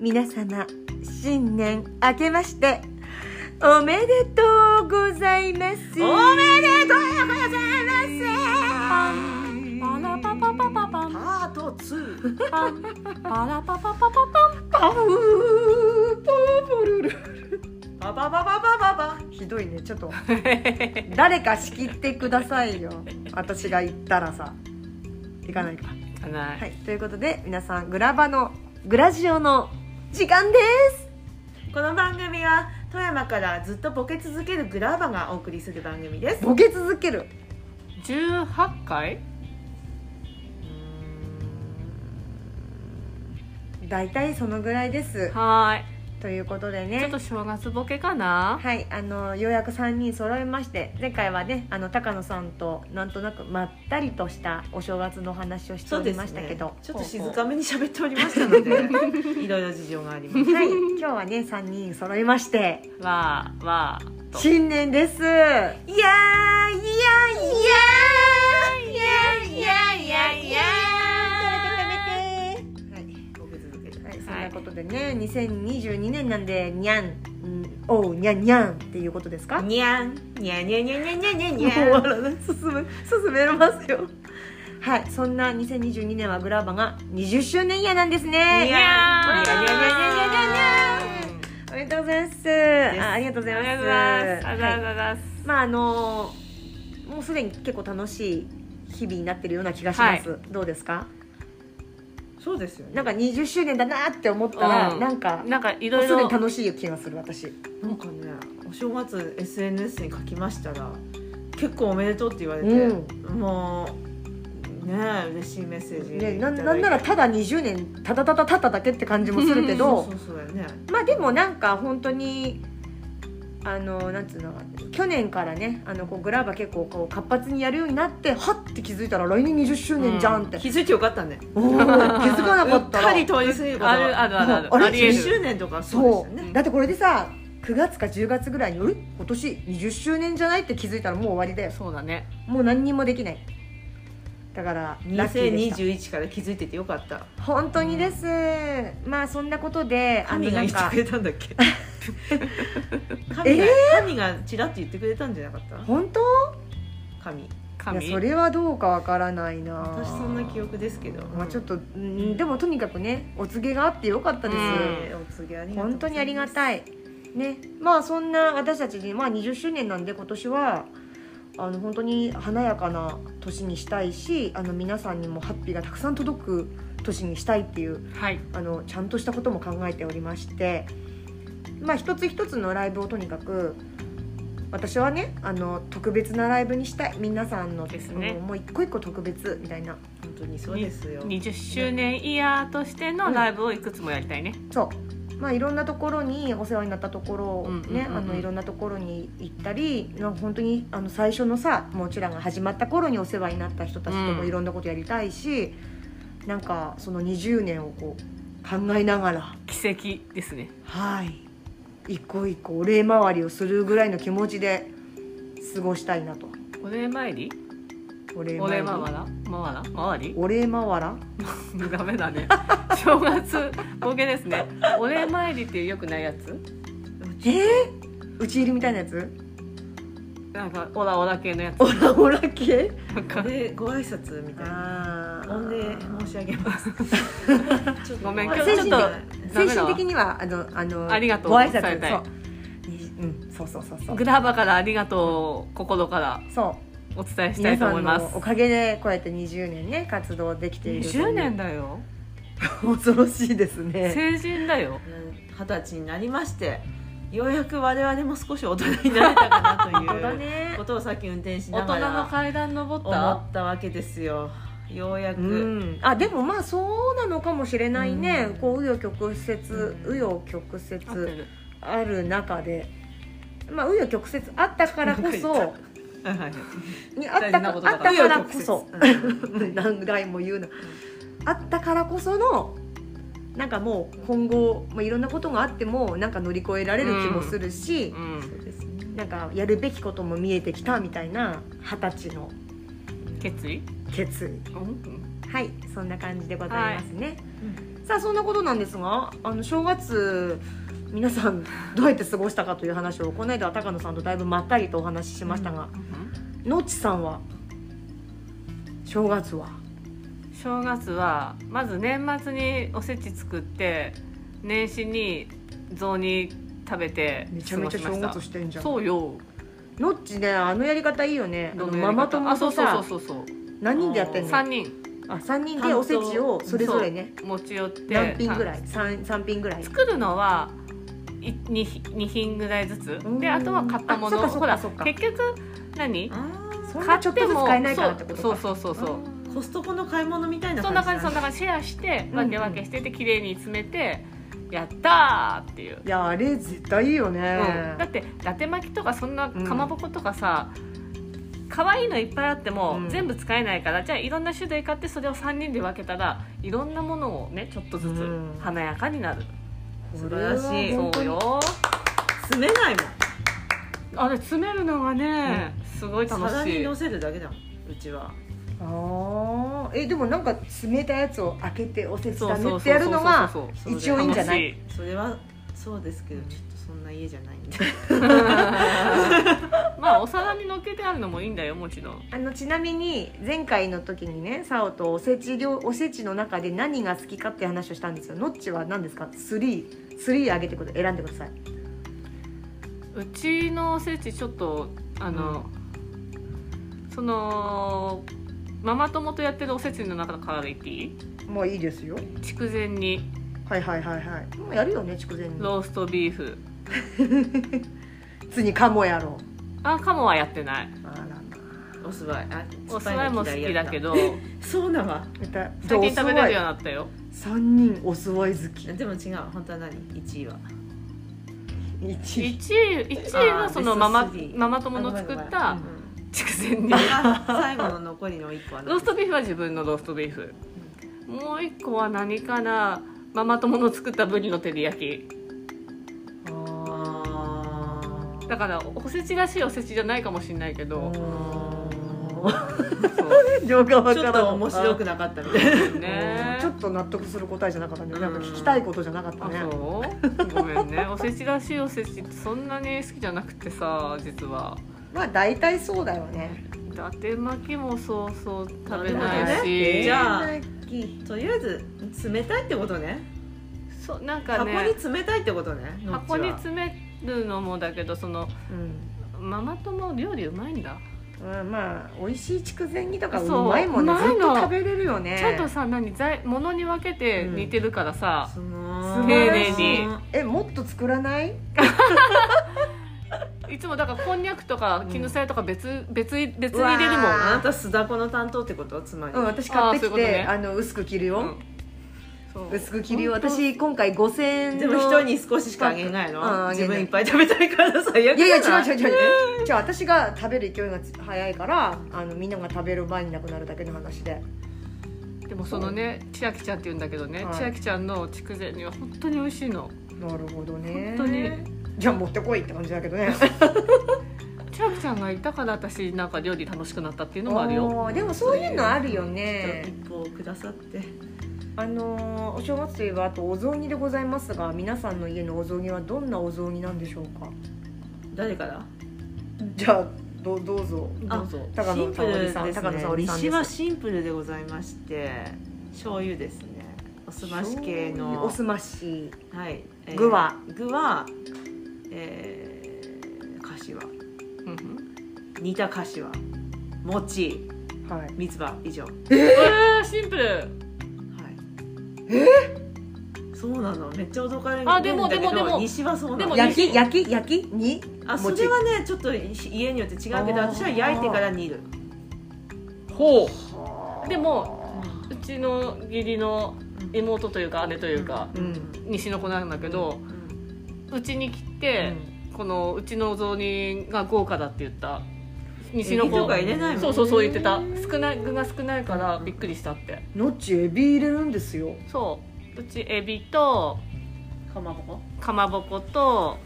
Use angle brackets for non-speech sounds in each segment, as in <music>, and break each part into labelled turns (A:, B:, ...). A: 皆様新年明けましておめでとうございます
B: おめでとうござい
C: パラ
B: ます
C: パパパパパン
B: パート2
C: パンパラパパパパ
A: パウーポーポルル
B: パパパパパパパ
A: ひどいねちょっと
C: パン
A: 誰か仕切ってくださいよ私が行ったらさ行かないか
C: かな
A: はいということで皆さんグラバのグラジオの時間です
B: この番組は富山からずっとボケ続けるグラバがお送りする番組です
A: ボケ続ける
C: 18回
A: 大体そのぐらいです
C: は
A: ということで
C: ーいちょ
A: ね
C: っと正月ボケかな
A: はいあのようやく3人揃いまして前回はねあの高野さんとなんとなくまったりとしたお正月のお話をしておりましたけど、
B: ちょっと静かめに喋っておりましたのでいろいろ事情があります
A: はい今日はね3人揃いまして
C: わーわーと
A: 新年です
B: いやーいやーいやーいやーいやーいや
A: はい
B: ーボケ続ける
A: はい、そんなことでね、2022年なんで、にゃん、うん、おう、にゃんにゃんっていうことですか。も
B: にゃんにゃんにゃんにゃんにゃんにゃんにゃん
A: う
B: に
A: 終
B: ゃ
A: わ
B: ん
A: らない、進む、 <laughs> 進めますよ。はい、そんな2022年はグラバが20周年イヤーなんですね。
B: にゃ
A: おめ
B: ー
A: でとう
B: にゃ
A: おめでとうございます。
B: す
A: あ、ありがとうござい
C: あ
A: ます。
C: りがとうございますありがとう
A: は
C: ございます
A: い、まあ、あのーもうすでに結構楽しい日々になってるような気がします。どうですか。
B: そうですよね
A: なんか20周年だなって思ったら、
C: うん
A: なんか。
C: なんかい
A: もう
C: ろい
A: すで
C: ろ
A: に楽しい気がする私
B: なんかねお正月 SNS に書きましたら結構おめでとうって言われて、
A: う
B: もうねえ嬉しいメッセージ
A: ね、
B: い
A: な
B: ただ
A: んな
B: いて
A: んならただ20年ただただただだけって感じもするけ
B: そ
A: ど
B: うそうそうだよね
A: まあでもなんか本当にあのなんつうの去年からねあのこうグラバ結構こう活発にやるようになってはって気づいたら来年20周年じゃんって、
B: 気づいてよかったね
A: おー気づかなかった
B: うっからり通り過ぎること
C: あるあるあるある
A: あれ
C: ありえ
B: 1
C: る
B: 周年とかそう
A: そ
B: ですよ
A: う
B: ね
A: だってこれでさ9月か10月ぐらいに「あれ今年20周年じゃない?」って気づいたらもう終わりだよ
C: そうだね
A: もう何にもできないだからラッキーでした
B: 2021から気づいててよかった
A: 本当にです、まあそんなことであの
B: 神が
A: なん
B: 言
A: か
B: ってくれたんだっけ神が、
A: え
B: 神がちらっと言ってくれたんじゃなかった
A: 本当
B: 神
C: 神
A: いやそれはどうかわからないな
B: 私そんな記憶ですけど、
A: まあちょっと、うんでもとにかくねお告げがあってよかったです、
B: えーお告げありがとう
A: 本当にありが
B: い
A: たいねまあそんな私たちに、まあ、20周年なんで今年はあの本当に華やかな年にしたいしあの皆さんにもハッピーがたくさん届く年にしたいっていう
C: はい
A: あのちゃんとしたことも考えておりまして、まあ、一つ一つのライブをとにかく私はねあの特別なライブにしたい皆さんの
C: ですね
A: もう一個一個特別みたいな
B: 本当にそうですよ
C: 20周年イヤーとしてのライブをいくつもやりたいね
A: そう、まあ、いろんなところにお世話になったところをね
C: うんうんうんうん
A: あのいろんなところに行ったりなんか本当にあの最初のさもちろんが始まった頃にお世話になった人たちとも
C: うん
A: いろんなことやりたいし、なんかその20年をこう考えながら。
C: 奇跡ですね
A: はい一個一個お礼回りをするぐらいの気持ちで過ごしたいなと
C: お礼参り
A: お礼
C: お
A: 回
C: 礼
A: り
C: 回ら回ら回り
A: お礼回ら
C: ダメだね正月ボケですねお礼参りっていうよくないやつ
A: えー、打ち入りみたいなやつ
C: なんかオラオラ系のやつ
A: オラオラ系
C: なんか
B: でご挨拶みたいな
A: あ
B: ほんで申し上げ
C: <laughs>
B: ますちょっと
C: ごめん
B: ご
C: 今
B: 挨
C: 日ち
B: 拶
C: ょっとダ
A: 精
C: メだ
A: 神
C: わ
A: 的にはあのあの
C: ありがとう
A: ご挨拶
C: 伝えたい
A: そうにうんそうそうそうそう
C: グラバからありがとうを心から
A: そう
C: お伝えした
A: 皆
C: いと
A: さ
C: 思い
A: ん
C: ま
A: のお
C: す
A: かげでこうやって20年ね活動できている
C: 20年だよ
A: <laughs> 恐ろしいですね
C: 成人だよ
B: 二十歳になりましてようやく我々も少し大人になれたかなとい
A: 本当だ
C: <laughs>
B: う
A: ね
B: ことをさっき運転し
C: 大
B: な
C: 人
B: が
C: の
B: ら
C: 階段登っ
B: 思
C: た
B: ったわけですよようやく、
A: うん、あでもまあそうなのかもしれないね、
B: うん
A: こう紆余曲折
B: うん
A: 紆余曲
C: 合って
A: 折
C: る
A: ある中でまあ紆余曲折あったからこそ
B: なんかはいはいはい
A: にあっ
C: 大
A: たか
C: 事な
A: あ
C: ことだ
A: っ
C: から
A: たからこそ
B: 紆余曲
A: <laughs> 何回も言うなあったからこそのなんかもう今後、まあ、いろんなことがあってもなんか乗り越えられる気もするし
C: う、
B: 折そ
C: ん
B: うですね
A: なんかやるべきことも見えてきたみたいな二十歳の
C: 決意
A: 決意
C: うん
A: はいそんな感じでございますね、
B: うん
A: さあそんなことなんですがあの正月皆さんどうやって過ごしたかという話をこの間は高野さんとだいぶまったりとお話ししましたが、のっちさんは正月は
C: 正月はまず年末におせち作って年始に雑煮食べて
A: めちゃ
C: 過
A: め
C: ご
A: ちゃ
C: しま
A: 正
C: した
A: 月してんじゃん
C: そうよ
A: のっちねあのやり方いいよねあの
C: どのや
A: マ
C: り方
A: マ友と
C: あそうそう
A: さ
C: そうそうそう
A: 何人でやってんの
C: 3人
A: あ三人でおせちをそれぞれね
C: 持ち寄って
A: 何品ぐらい三三品ぐらい
C: 作るのは 2, 二品ぐらいずつ
A: うん
C: であとは買ったも
A: あそっ
C: の
A: かそっか
C: ほら
A: そっか
C: 結局何
A: そんな
C: 買っ
A: ちょってとずつ
C: も
A: 買えないからってことか
C: そうそうそうそうそう
A: あー
B: コストコの買い物みたいな
C: そんな感じそ
B: だ
C: んな感じシェアして
A: うん
C: 分け分けしてて綺麗に詰めてやったーっていう、
A: いやあれ絶対いいよね、
C: うんだって伊達巻きとかそんなかまぼことかさ、可愛いのいっぱいあっても
A: うん
C: 全部使えないから、じゃあいろんな種類買ってそれを3人で分けたらいろんなものをねちょっとず
A: うん
C: つ華やかになる、
A: これは
B: 素晴らしい
A: 本当
C: そう
A: に
C: よ
B: 詰めないもん
C: あれ詰めるのがね、すごい楽
B: 皿
C: し
B: に
C: い
B: 乗せるだけだもんうちは
A: ああえでもなんか冷たいやつを開けておせち
C: そう
A: だ
C: そうそ
A: ね
C: うそう
A: ってやるのが
C: そうそう
A: 一応いいんじゃない
C: 楽し
B: それはそうですけどちょっとそんな家じゃないん
C: <laughs>
B: で
C: まあお皿に乗っけてあるのもいいんだよもちろん
A: あのちなみに前回の時にねサオとおせち料おせちの中で何が好きかって話をしたんですよノッチは何ですか3スリーあげてくだ選んでくださいう
C: ちのおせちちょっとあの、そのママ友とやってるおせちの中から言っていい
A: もういいですよ
C: 筑前煮
A: はいはいはいはいもうやるよね筑前煮
C: ローストビーフ
A: つにかもやろう
C: あカモはやってない
A: あらま
B: おすわいあ
C: お酢はも好きだけど
B: そうなわ
A: 絶対
C: 最近食べれるように
A: じゃあ
C: なったよ
A: お酢ワイ三人お酢ワイ好き
B: でも違う本当は何1位は
A: 1
C: 1位一位はそのマ
B: あ
C: マ
B: ベストスリー
C: ママ友の作っ
B: う
C: た
B: ん
C: 筑前煮
B: あ最後の残りの1個は
C: ロー
B: 何
C: ストビーフは自分のローストビーフもう一個は何かなママ友の作ったブリの照り焼き
B: あ
C: だからおせちらしいおせちじゃないかもしれないけどそう
A: 情が
B: ー
A: 分
B: ち
A: から
B: ょ
A: な
B: っと面白くなかったみたいな
C: だよね
A: ちょっと納得する答えじゃなかったね
B: うん
A: なんか聞きたいことじゃなかった
C: あ
A: ね
C: そうごめんねおせちらしいおせちってそんなに好きじゃなくてさ実は
A: まあ大体そうだよね
C: 伊達巻きもそうそう食べない
B: え
C: し
B: ーじゃあ
A: えー
B: とりあえず冷たいってことね
C: そうなんか
B: 箱
C: ね
B: に冷たいってことね
C: 箱に
B: のっちは
C: 詰めるのもだけどその
A: うん
C: ママ友料理うまいんだ
A: うんまあ美味しい筑前煮とかう
C: そう
A: まいもんね
C: うまいの
A: ずっと食べれるよね
C: ちゃんとさ何材物に分けて似てるからさ、
B: その
A: 素晴
C: らしい
B: その
A: えもっと作らない
C: いつもだからこんにゃくとか
A: うん
C: 絹さやとか別,、別別に入れるもん
A: うわ
B: あなた須田子の担当ってことつまり、
A: うん私買ってき
C: あーそういうこ
A: て
C: とね
A: あの薄く切る
C: う
A: よ
C: んそう
A: 薄く切るよ
C: 本当
A: 私今回5000円
B: でも
A: の
B: 人に少ししかあげないの、
A: うんあげない
B: 自分いっぱい食べたいから最悪
A: いやいや違う
B: う
A: 違う違う違うじゃあ私が食べる勢いが早いからあのみんなが食べる前になくなるだけの話で
C: でもそのね千秋ちゃんって言うんだけどね、
A: はい
C: 千秋ちゃんの筑前煮は本当に美味しいの
A: なるほどね
C: 本当に
A: じゃあ持ってこいって感じだけどね
C: 千秋ちゃんがいたから私なんか料理楽しくなったっていうのもあるよ
A: おーでもそういうのあるよね
B: 一歩をくださって
A: あのーお正月といえばあとお雑煮でございますが皆さんの家のお雑煮はどんなお雑煮なんでしょうか
B: 誰から
A: じゃあどどうぞ
C: どうぞ
A: 高
B: シ
A: 野
B: ン
A: 沙
B: プル
A: 織
B: です
A: さん
B: ね
A: 高野沙織さん
B: 西
A: で
B: は
A: す
B: シンプルでございまして醤油ですねおすまし系の
A: おすまし
B: はい、えー
A: 具は
B: 具はえー、かしわ
C: うんうん
B: 煮たかしわ餅
A: はい
B: 三つ葉以上は
C: うわーシンプル
B: いえそうなのめっちゃ驚かれるん
C: あ
B: だけ
C: で
B: ど
C: もでもでも
B: 西はそうな
C: で
B: の
C: も
A: 焼き焼き焼きに
B: あそ
A: 餅
B: れはねちょっと家によって違うけど
A: あー
B: 私は焼いてから煮る
C: ほ
A: はあ
C: でもううちの義理の妹というか姉というか、
A: うん
C: 西の子なんだけど
B: うん
C: うち、に来
A: う
C: て、
A: ん
C: このうちのお雑煮が豪華だって言った西の
B: エビと
C: 子
B: か入れないもんね
C: そうそうそう言ってた少ない具が少ないからびっくりしたって
A: のっちエビ入れるんですよ
C: そううちエビと
B: かまぼこ
C: かまぼこと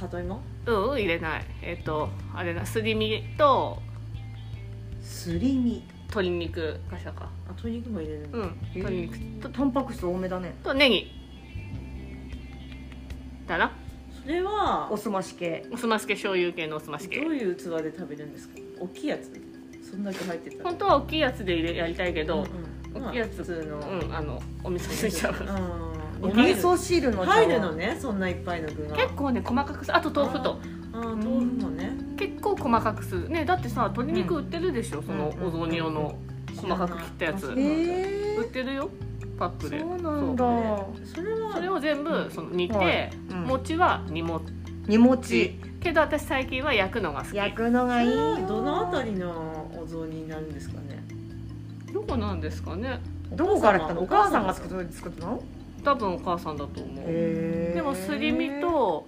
B: 里芋
C: うん入れないえっ、とあれなすり身と
A: すり身
C: 鶏肉かしらか
B: あ鶏肉も入れるんだ、
C: うん鶏肉と
A: タンパク質多めだね
C: とネギだな
B: それは
A: おすまし系
C: おすまし系醤油系のおすまし
B: どう
C: 系
B: いう器で食べるんですか大きいやつそんだけ入ってたら
C: 本当は大きいやつで入れやりたいけど、
B: うん
C: 大きいやつ
B: まあ普通の、
C: うん、あのお味噌汁にしちゃう
B: う
A: お
B: ん
C: お
A: 味
C: 味
A: 噌汁の
B: 入るのねそんないっぱいの具が
C: 結構ね細かくすあと豆腐と
B: あー豆腐もね
C: 結構細かくするねだってさ鶏肉売ってるでしょ、その
B: うん
C: お雑煮用の細かく切ったやつ、
B: うんうん
A: え
C: 売ってるよパックで
A: そうなんだ
C: そう
B: それは
C: それを全部その煮て、
A: はいうん
C: 餅は煮も
A: 煮餅
C: ちけど私最近は焼くのが好き
A: 焼くのがいいよ
B: どのあたりのお雑煮になるんですかね
C: どこなんですかね
A: どこから来たのお
B: お
A: 母
B: 母
A: さ
B: さ
A: ん
B: ん
A: が
B: が
A: 作った作ったの
C: 多分お母さんだと思う
A: へー
C: でもすり身と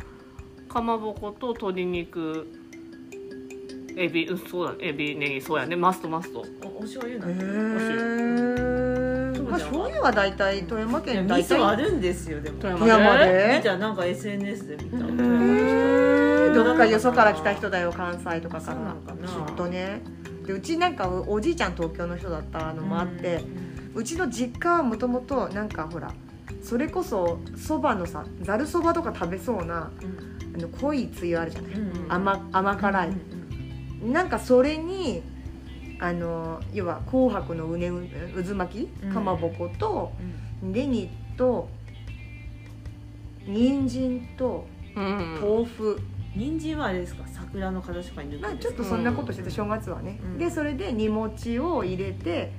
C: かまぼこと鶏肉エビうんそうだねエビネギそうやねマストマスト
B: おお醤油
A: へ
B: なんて
A: ーまあ醤油は大体富山
B: いや
A: 県
B: 味
A: 大体
B: 噌あるんですよでも
C: 富
A: 富山
B: 見
A: で
B: たなんか SNS で見
C: う
B: た富
A: へ
C: ん
B: 山の人
A: ーどっかよそから来た人だよ関西とか
B: そ
A: か
B: うなの
A: ら
B: か
A: きっ
B: な
A: とねでうちなんかおおじいちゃん東京の人だったのもあって、うちの実家はもともとなんかほらそれこそそばのさざるそばとか食べそうな
B: うん
A: あの濃いつゆあるじゃない
B: うん
A: 甘甘辛い、
B: うんうん
A: なんかそれにあの要は紅白のうねう渦巻き
B: うん
A: かまぼことネギと人参と
C: うん
A: 豆腐、
B: 人参はあれですか桜の形とかに塗
A: まあ
B: るんで
A: ち
B: す
A: ょっ
B: か
A: とそんなことしてた正月はね、
B: うん
A: でそれで煮餅を入れて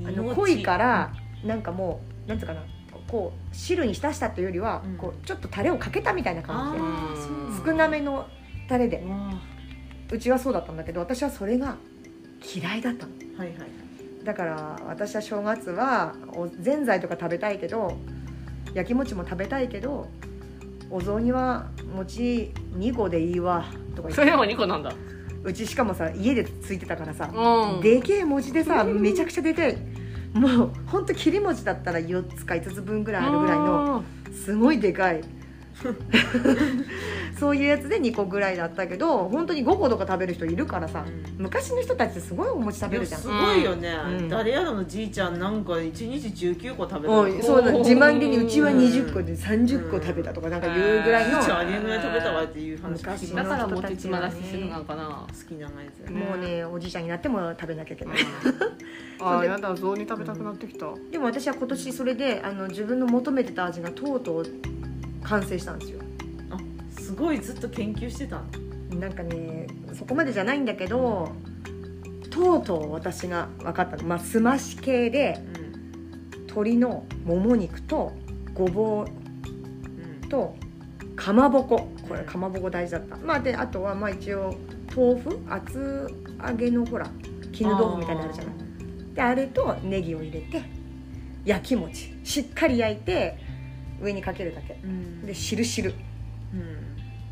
B: うん
A: あ
B: 煮
A: の
B: 餅
A: 濃いからなんかもうなんつうかなこう汁に浸したというよりは、
B: うん
A: こうちょっとタレをかけたみたいな感じで
B: あーそう
C: ー
A: 少なめのタレで
B: わあ
A: うちはそうだったんだけど私はそれが嫌いだったの
B: はいはい
A: だから私は正月はおぜんざいとか食べたいけど焼き餅も食べたいけどお雑煮は餅2個でいいわとか
C: それで
A: 言っ
C: も
A: て
C: 2個なんだ
A: うちしかもさ家でついてたからさ、
C: うん
A: でけえ餅でさめちゃくちゃでけえもうほんと切り餅だったら4つか5つ分ぐらいあるぐらいの
C: の
A: すごいでか
C: <laughs>
A: いそういうやつで2個ぐらいだったけど本当に5個とか食べる人いるからさ昔の人たちってすごいお餅食べ
B: い
A: る
B: や
A: じゃん
B: すごいよね、
A: うん
B: 誰やらのじいちゃんなんか1日19個食べた
A: おいそうだ
C: おー
A: 自慢げにうちは20個で30個食べたとかなんか言うぐらいの
B: じいちゃんあれぐらい食べたわっていう話聞き
A: 昔の
C: だ
B: ます
C: から持ちつまらせてるのかな
B: 好きなやつやね
A: もうねおじいちゃんになっても食べなきゃいけない
C: あーやだ雑煮食べたくなってきた、
A: でも私は今年それであの自分の求めてた味がとうとう完成したんですよ
B: あすごいずっと研究してたんだ
A: なんかねそこまでじゃないんだけどとうとう私が分かったのまあすまし系で
B: うん
A: 鶏のもも肉とごぼう
B: うん
A: とかまぼここれかまぼこ大事だったまあであとはまあ一応豆腐厚揚げのほら絹豆腐みたいなのあるじゃないであれとネギを入れて焼き餅しっかり焼いて上にかけるだけ
B: うん
A: で汁汁
B: うん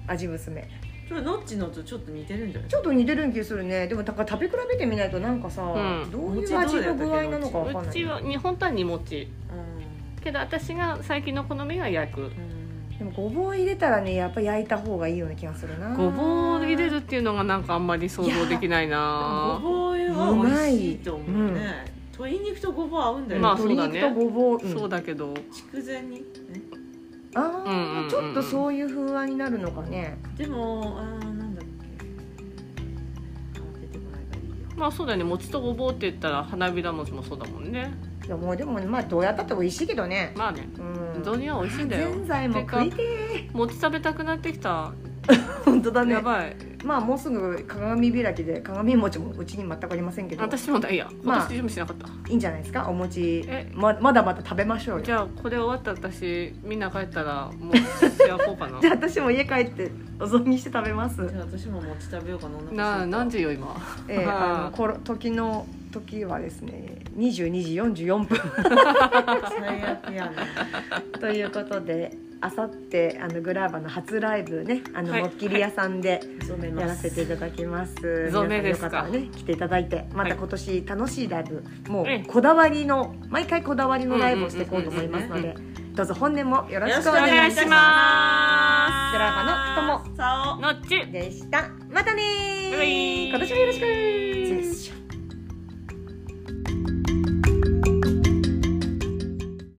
A: 味娘
B: それノッチのとちょっと似てるんじゃない
A: ちょっと似てる気するねでもだから食べ比べてみないとなんかさ、
C: うん
A: どういう味の具合なのかわかん
C: う
A: ない
C: ちはに本当は煮餅けど私が最近の好みは焼く
B: うんうん
A: でもごぼう入れたらねやっぱ焼いた方がいいような気がするな
C: ごぼう入れるっていうのがなんかあんまり想像できないな
B: ごぼうは美味しいと思うね鶏肉とごぼう合うんだよ
C: まあ
B: ね
C: そうだね
A: 鶏肉とごぼう、うん
C: そうだけど
B: 筑前煮ね
A: あ
C: うんうんうん
A: ー、
C: うん
A: ちょっとそういう風合いになるのかね
B: でもあーなんだっけあ出てこないからいいよ
C: まあそうだよね餅とごぼうって言ったら花びら餅もそうだもんね
A: いやもうでもまあどうやったって美味しいけどね
C: まあね
A: うん
C: 雑煮は美味しいんだよ
A: ぜんざいも食いてえ
C: 餅食べたくなってきた
A: 本当だね
C: やばい
A: まあもうすぐ鏡開きで鏡餅もうちに全くありませんけど
C: 私もだいや
A: まあ
C: 今年準備しなかった、
A: いいんじゃないですかお餅
C: え
A: ままだまだ食べましょうよ
C: じ
A: じゃ
C: ゃあこれ終わったら私みんな帰ったらもうやこ
A: <laughs>
C: うかな
A: あ私も家帰ってお雑煮して食べます
B: じゃあ私も餅食べようかなお腹空い
C: な
B: た
C: 何時よ今
A: ええ
C: あー
A: あのころ時の時はですね22時44分
C: <laughs>
B: 最悪やな
A: ということであさってあのグラーバの初ライブねあの、
C: はい
A: もっきり屋さんで
B: 染め
A: や
B: ま
A: らせ
B: す
A: ていただきます
C: ゾメ
A: 皆
C: で
A: さんよ
C: すか
A: かったらね来ていただいてま
C: は
A: た
C: い
A: 今年楽しいライブ、も
C: ええ
A: うこだわりの毎回こだわりのライブをしていこうと思いますの
C: うんう
A: でどうぞ本年もよろしくお
B: よろしくお
A: 願
B: 願
A: い
B: い
A: し
B: し
A: ます
C: ます
A: ドラマの
B: さお
C: のっち
A: でしたまたねー
C: バイバイ
A: 今年もよろしく
C: よろしく
A: しく